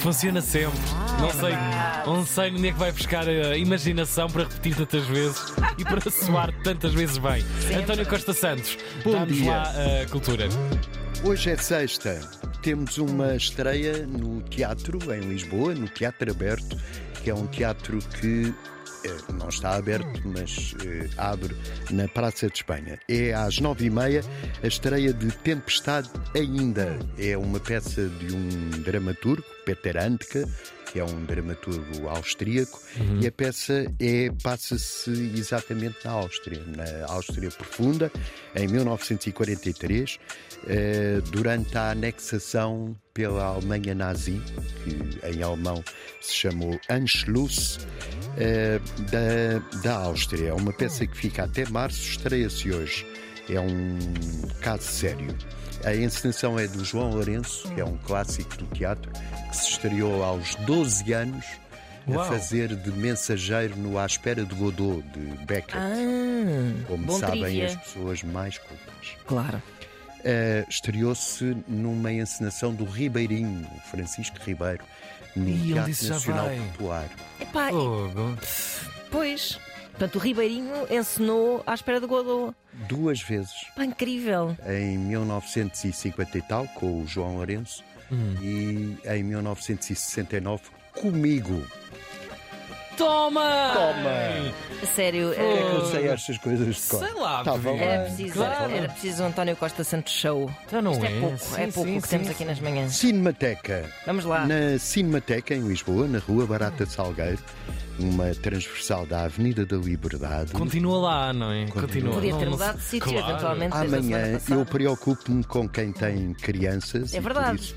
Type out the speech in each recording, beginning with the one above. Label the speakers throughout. Speaker 1: Funciona sempre. Não sei, não sei onde é que vai buscar a imaginação para repetir tantas vezes e para soar tantas vezes bem. António Costa Santos,
Speaker 2: Bom
Speaker 1: dá-nos
Speaker 2: dia.
Speaker 1: lá a cultura.
Speaker 2: Hoje é sexta. Temos uma estreia no teatro em Lisboa, no Teatro Aberto, que é um teatro que eh, não está aberto, mas eh, abre na Praça de Espanha. É às nove e meia a estreia de Tempestade Ainda. É uma peça de um dramaturgo, Peter Handke, que é um dramaturgo austríaco, e a peça é, passa-se exatamente na Áustria, na Áustria profunda, em 1943, eh, durante a anexação pela Alemanha nazi, que em alemão se chamou Anschluss, eh, da, da Áustria. É uma peça que fica até março, estreia-se hoje. É um caso sério. A encenação é do João Lourenço, que é um clássico do teatro, que se estreou aos 12 anos
Speaker 1: Uau.
Speaker 2: a fazer de mensageiro no À Espera de Godot, de Beckett.
Speaker 1: Ah,
Speaker 2: Como
Speaker 3: Ah, bom
Speaker 2: sabem
Speaker 3: trivia.
Speaker 2: as pessoas mais cultas.
Speaker 3: Claro.
Speaker 2: Eh, Estreou-se numa encenação do Ribeirinho, o Francisco Ribeiro, no
Speaker 1: Ih, ele disse
Speaker 2: Teatro
Speaker 1: já
Speaker 2: Nacional
Speaker 1: vai.
Speaker 2: Popular.
Speaker 3: Epá, e
Speaker 1: Fogo.
Speaker 3: depois. Portanto, o Ribeirinho encenou à espera de Godot.
Speaker 2: Duas vezes.
Speaker 3: Pá, incrível.
Speaker 2: em 1950 e tal, com o João Lourenço, e em 1969, comigo.
Speaker 1: Toma!
Speaker 2: Toma!
Speaker 3: A Sério.
Speaker 2: Porquê
Speaker 3: eh,
Speaker 2: é que
Speaker 1: Oh.
Speaker 2: eu sei estas coisas de cor? Tá
Speaker 1: Sei lá,
Speaker 2: Estava
Speaker 1: Pedro.
Speaker 2: lá.
Speaker 3: Era É preciso,
Speaker 1: Claro.
Speaker 3: era preciso um António Costa Santos Show.
Speaker 1: Então não
Speaker 3: Isto é,
Speaker 1: é.
Speaker 3: pouco,
Speaker 1: Sim,
Speaker 3: é pouco
Speaker 1: sim,
Speaker 3: o que temos
Speaker 1: sim,
Speaker 3: aqui nas manhãs.
Speaker 2: Cinemateca.
Speaker 3: Vamos lá.
Speaker 2: Na Cinemateca, em Lisboa, na Rua Barata Salgueiro, uma transversal da Avenida da Liberdade.
Speaker 1: Continua lá, não é?
Speaker 2: Continua.
Speaker 1: Continua.
Speaker 3: Podia ter
Speaker 1: Não-
Speaker 3: mudado
Speaker 1: não-
Speaker 3: de sítio,
Speaker 1: Claro.
Speaker 3: eventualmente. desde a semana
Speaker 2: Amanhã
Speaker 3: passada.
Speaker 2: eu preocupo-me com quem tem crianças.
Speaker 3: É
Speaker 2: e por
Speaker 3: verdade.
Speaker 2: isso,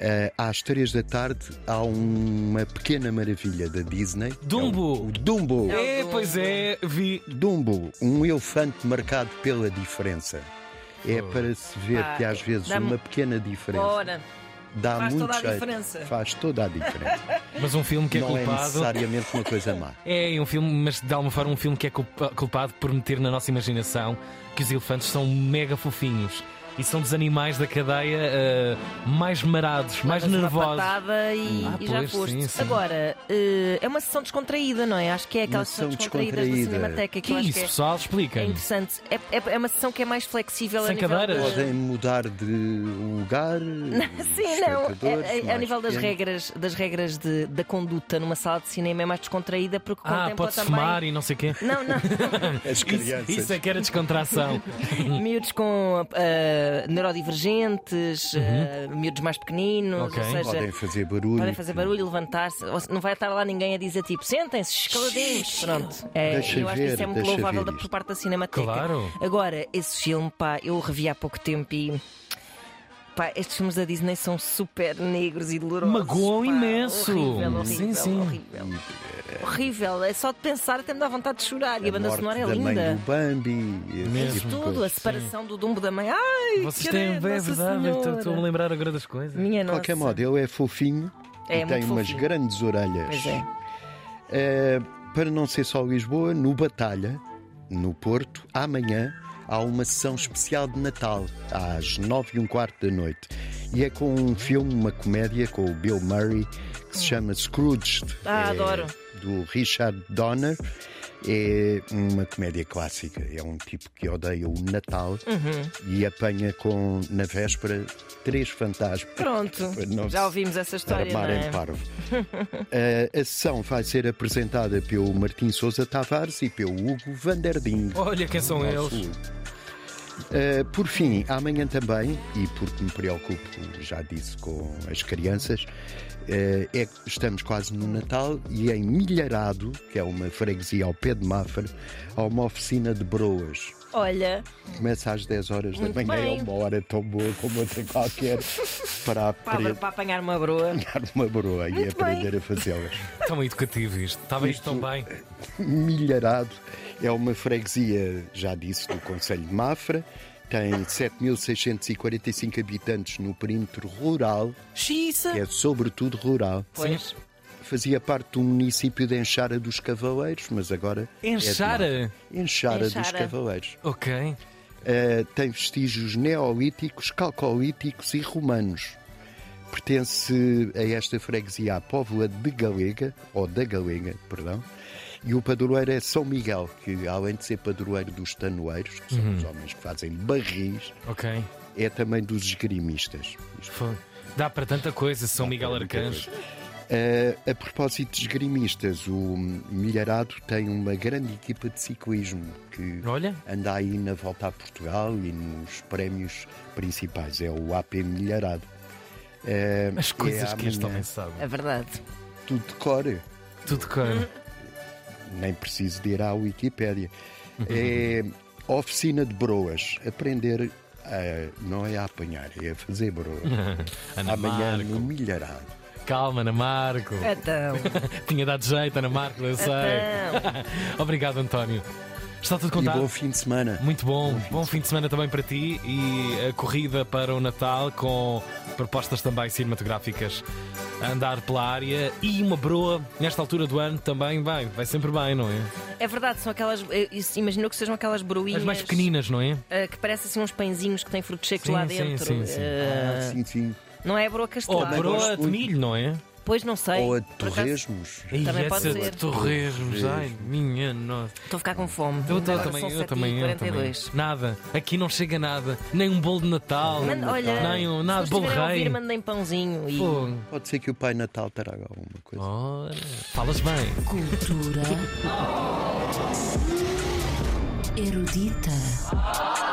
Speaker 2: eh, às três da tarde há uma pequena maravilha da Disney. que é o-
Speaker 1: Dumbo.
Speaker 2: o Dumbo.
Speaker 1: É, pois é, vi.
Speaker 2: Dumbo, um elefante marcado pela diferença. É
Speaker 1: Oh.
Speaker 2: para se ver
Speaker 3: Pá,
Speaker 2: que às vezes
Speaker 3: Ah, dá-me-
Speaker 2: uma pequena diferença
Speaker 3: Ora,
Speaker 2: dá
Speaker 3: faz
Speaker 2: muito
Speaker 3: toda a
Speaker 2: jeito.
Speaker 3: diferença.
Speaker 2: Faz toda a diferença.
Speaker 1: Mas um filme que é
Speaker 2: Não é
Speaker 1: culpado.
Speaker 2: necessariamente uma coisa má.
Speaker 1: É um filme, mas de alguma forma um filme que é culpa- culpado por meter na nossa imaginação que os elefantes são mega fofinhos e são dos animais da cadeia ah, mais marados, mais
Speaker 3: mas uma
Speaker 1: nervosos.
Speaker 3: patada e,
Speaker 1: Ah,
Speaker 3: e já
Speaker 1: pois,
Speaker 3: foste.
Speaker 1: sim, sim.
Speaker 3: Agora, eh, é uma sessão descontraída, não é? Acho que é
Speaker 2: Uma
Speaker 3: aquelas sessões
Speaker 2: sessão
Speaker 3: descontraídas da
Speaker 2: descontraída.
Speaker 3: Cinemateca que,
Speaker 1: Que
Speaker 3: eu
Speaker 1: é
Speaker 3: acho
Speaker 1: isso,
Speaker 3: que é,
Speaker 1: pessoal? Explica.
Speaker 3: é interessante. É, é, é uma sessão que é mais flexível
Speaker 1: Sem
Speaker 3: a nível
Speaker 1: cadeiras?
Speaker 3: de-
Speaker 2: Podem mudar de lugar. os
Speaker 3: Sim, não.
Speaker 2: espectadores,
Speaker 3: É- é- A
Speaker 2: mais
Speaker 3: nível das
Speaker 2: pequeno.
Speaker 3: regras, das regras de, da conduta numa sala de cinema é mais descontraída porque
Speaker 1: Ah,
Speaker 3: contempla
Speaker 1: pode-se
Speaker 3: também.
Speaker 1: fumar e não sei o quê.
Speaker 3: Não, não.
Speaker 2: As crianças.
Speaker 1: Isso, isso é que era descontração.
Speaker 3: miúdos com ah, neurodivergentes,
Speaker 1: Uhum.
Speaker 3: ah, miúdos mais pequeninos,
Speaker 1: Ok.
Speaker 3: ou seja,
Speaker 2: Podem fazer barulho.
Speaker 3: podem fazer barulho, levantar-se. Ou se- Não vai estar lá ninguém a dizer tipo, sentem-se, escaladinhos. Pronto. É,
Speaker 2: Deixa
Speaker 3: eu acho que isso é
Speaker 2: ver,
Speaker 3: muito
Speaker 2: deixa
Speaker 3: louvável
Speaker 2: ver
Speaker 3: da- por
Speaker 2: isto.
Speaker 3: parte da Cinemateca.
Speaker 1: Claro.
Speaker 3: Agora, esse filme, pá, eu o revi há pouco tempo e. Pá, estes filmes da Disney são super negros e dolorosos.
Speaker 1: Magoam
Speaker 3: pá.
Speaker 1: imenso.
Speaker 3: Horrível, horrível,
Speaker 1: Sim, sim.
Speaker 3: horrível. Horrível. É só de pensar até me dá vontade de chorar. e a banda
Speaker 2: morte
Speaker 3: sonora é
Speaker 2: da mãe
Speaker 3: linda.
Speaker 2: do Bambi. esse
Speaker 1: Mesmo.
Speaker 2: tipo de
Speaker 3: Tudo, a
Speaker 2: coisas.
Speaker 3: separação do Dumbo da mãe. Ah, Ai,
Speaker 1: Vocês têm. É
Speaker 3: credo, Nossa
Speaker 1: verdade,
Speaker 3: Senhora.
Speaker 1: estou- estou-me a lembrar agora das coisas.
Speaker 3: Minha
Speaker 2: De
Speaker 3: nossa.
Speaker 2: qualquer modo, ele é fofinho
Speaker 3: É
Speaker 2: e
Speaker 3: muito
Speaker 2: tem umas
Speaker 3: fofinho.
Speaker 2: grandes orelhas.
Speaker 3: Pois é.
Speaker 2: Eh, para não ser só Lisboa, no Batalha, no Porto, amanhã há uma sessão especial de Natal, às nove e um quarto da noite. E é com um filme, uma comédia com o Bill Murray, que se chama Scrooge. eh,
Speaker 3: Ah, adoro.
Speaker 2: Do Richard Donner. É uma comédia clássica. É um tipo que odeia o Natal
Speaker 3: Uhum.
Speaker 2: e apanha com, na véspera, três fantasmas.
Speaker 3: Pronto,
Speaker 2: Para não
Speaker 3: já
Speaker 2: se-
Speaker 3: ouvimos essa história. Não
Speaker 2: Armar em
Speaker 3: é?
Speaker 2: parvo. Eh, a sessão vai ser apresentada pelo Martim Sousa Tavares e pelo Hugo Vanderding.
Speaker 1: Olha quem Oh, são eles.
Speaker 2: por fim, amanhã também, e porque me preocupo, já disse, com as crianças, eh, é que estamos quase no Natal e em Milharado, que é uma freguesia ao pé de Mafra, há uma oficina de broas.
Speaker 3: Olha,
Speaker 2: Começa às 10 horas
Speaker 3: Muito
Speaker 2: da manhã,
Speaker 3: bem.
Speaker 2: é uma hora tão boa como outra qualquer, para
Speaker 3: para,
Speaker 2: aprender
Speaker 3: para apanhar uma broa.
Speaker 2: uma broa e
Speaker 3: Muito bem.
Speaker 2: aprender a fazê-las.
Speaker 1: Tão educativo isto. Estava isto tão bem.
Speaker 2: Milharado é uma freguesia, já disse, do Conselho de Mafra. Tem 7.645 habitantes no perímetro rural,
Speaker 3: Xiça.
Speaker 2: que é sobretudo rural.
Speaker 3: Pois.
Speaker 2: Fazia parte do município de Enxara dos Cavaleiros, mas agora. é de
Speaker 1: Enxara?
Speaker 2: Mafra. Enxara, dos
Speaker 3: Enxara.
Speaker 2: Cavaleiros.
Speaker 1: Ok.
Speaker 2: Eh, Uh, tem vestígios neolíticos, calcolíticos e romanos. pertence a esta freguesia, a Póvoa de Galega, ou da Galega, perdão, e o padroeiro é São Miguel, que além de ser padroeiro dos tanoeiros, que são os homens que fazem barris,
Speaker 1: Ok.
Speaker 2: é também dos esgrimistas. Isto
Speaker 1: Foi. Dá para tanta coisa, São Miguel
Speaker 2: para muita
Speaker 1: Arcanjo.
Speaker 2: Uh, a propósito de esgrimistas, o Milharado tem uma grande equipa de ciclismo que
Speaker 1: Olha.
Speaker 2: anda aí na volta a Portugal e nos prémios principais. É o AP Milharado. Uh,
Speaker 1: As coisas
Speaker 2: é
Speaker 1: que este
Speaker 2: amanhã.
Speaker 1: homem sabe.
Speaker 3: É verdade.
Speaker 2: Tu decore,
Speaker 1: Tudo claro.
Speaker 2: nem preciso de ir à Wikipédia.
Speaker 1: Uhum.
Speaker 2: É oficina de broas. Aprender a- não é a apanhar, é a fazer broas.
Speaker 1: Ana
Speaker 2: Amanhã no
Speaker 1: Marco.
Speaker 2: Milharado.
Speaker 1: Calma, Ana Marco.
Speaker 3: Então,
Speaker 1: Tinha dado jeito, Ana Marco, eu
Speaker 3: É.
Speaker 1: sei. Obrigado, António. Está tudo
Speaker 2: E
Speaker 1: contado?
Speaker 2: bom fim de semana.
Speaker 1: Muito bom. Bom fim de semana também para ti e a corrida para o Natal com propostas também cinematográficas a andar pela área e uma broa nesta altura do ano também vai, vai sempre bem, não é?
Speaker 3: é verdade, são aquelas. eh, isso, Imagino que sejam aquelas broinhas.
Speaker 1: As mais pequeninas, não é?
Speaker 3: eh, que parecem assim uns pãezinhos que têm frutos secos
Speaker 1: Sim,
Speaker 3: lá
Speaker 1: sim,
Speaker 3: dentro.
Speaker 1: sim, sim.
Speaker 3: Eh,
Speaker 2: Ah, sim, sim.
Speaker 3: Não é a broa
Speaker 1: Ou Oh,
Speaker 3: castelada.
Speaker 1: a
Speaker 2: Também gosto
Speaker 1: broa de
Speaker 2: muito.
Speaker 1: milho, não é?
Speaker 3: Pois não sei.
Speaker 2: Ou a de
Speaker 3: Por acaso,
Speaker 2: torresmos.
Speaker 3: Também
Speaker 1: Ih,
Speaker 3: pode
Speaker 1: essa de
Speaker 3: ser.
Speaker 1: Torresmos, ai, minha nossa.
Speaker 3: Estou a ficar com fome.
Speaker 1: Eu,
Speaker 3: Agora
Speaker 1: também,
Speaker 3: são
Speaker 1: eu
Speaker 3: 7
Speaker 1: também,
Speaker 3: e
Speaker 1: eu também.
Speaker 3: 42.
Speaker 1: Nada. Aqui não chega nada. Nem um bolo de Natal.
Speaker 3: Manda- olha,
Speaker 1: nem um nada,
Speaker 3: se
Speaker 1: bolo
Speaker 3: vocês estiverem a
Speaker 1: rei.
Speaker 3: ouvir, mandem pãozinho e
Speaker 1: Fogo.
Speaker 2: Pode ser que o Pai Natal traga alguma coisa.
Speaker 1: Ora, falas bem.
Speaker 4: Cultura erudita.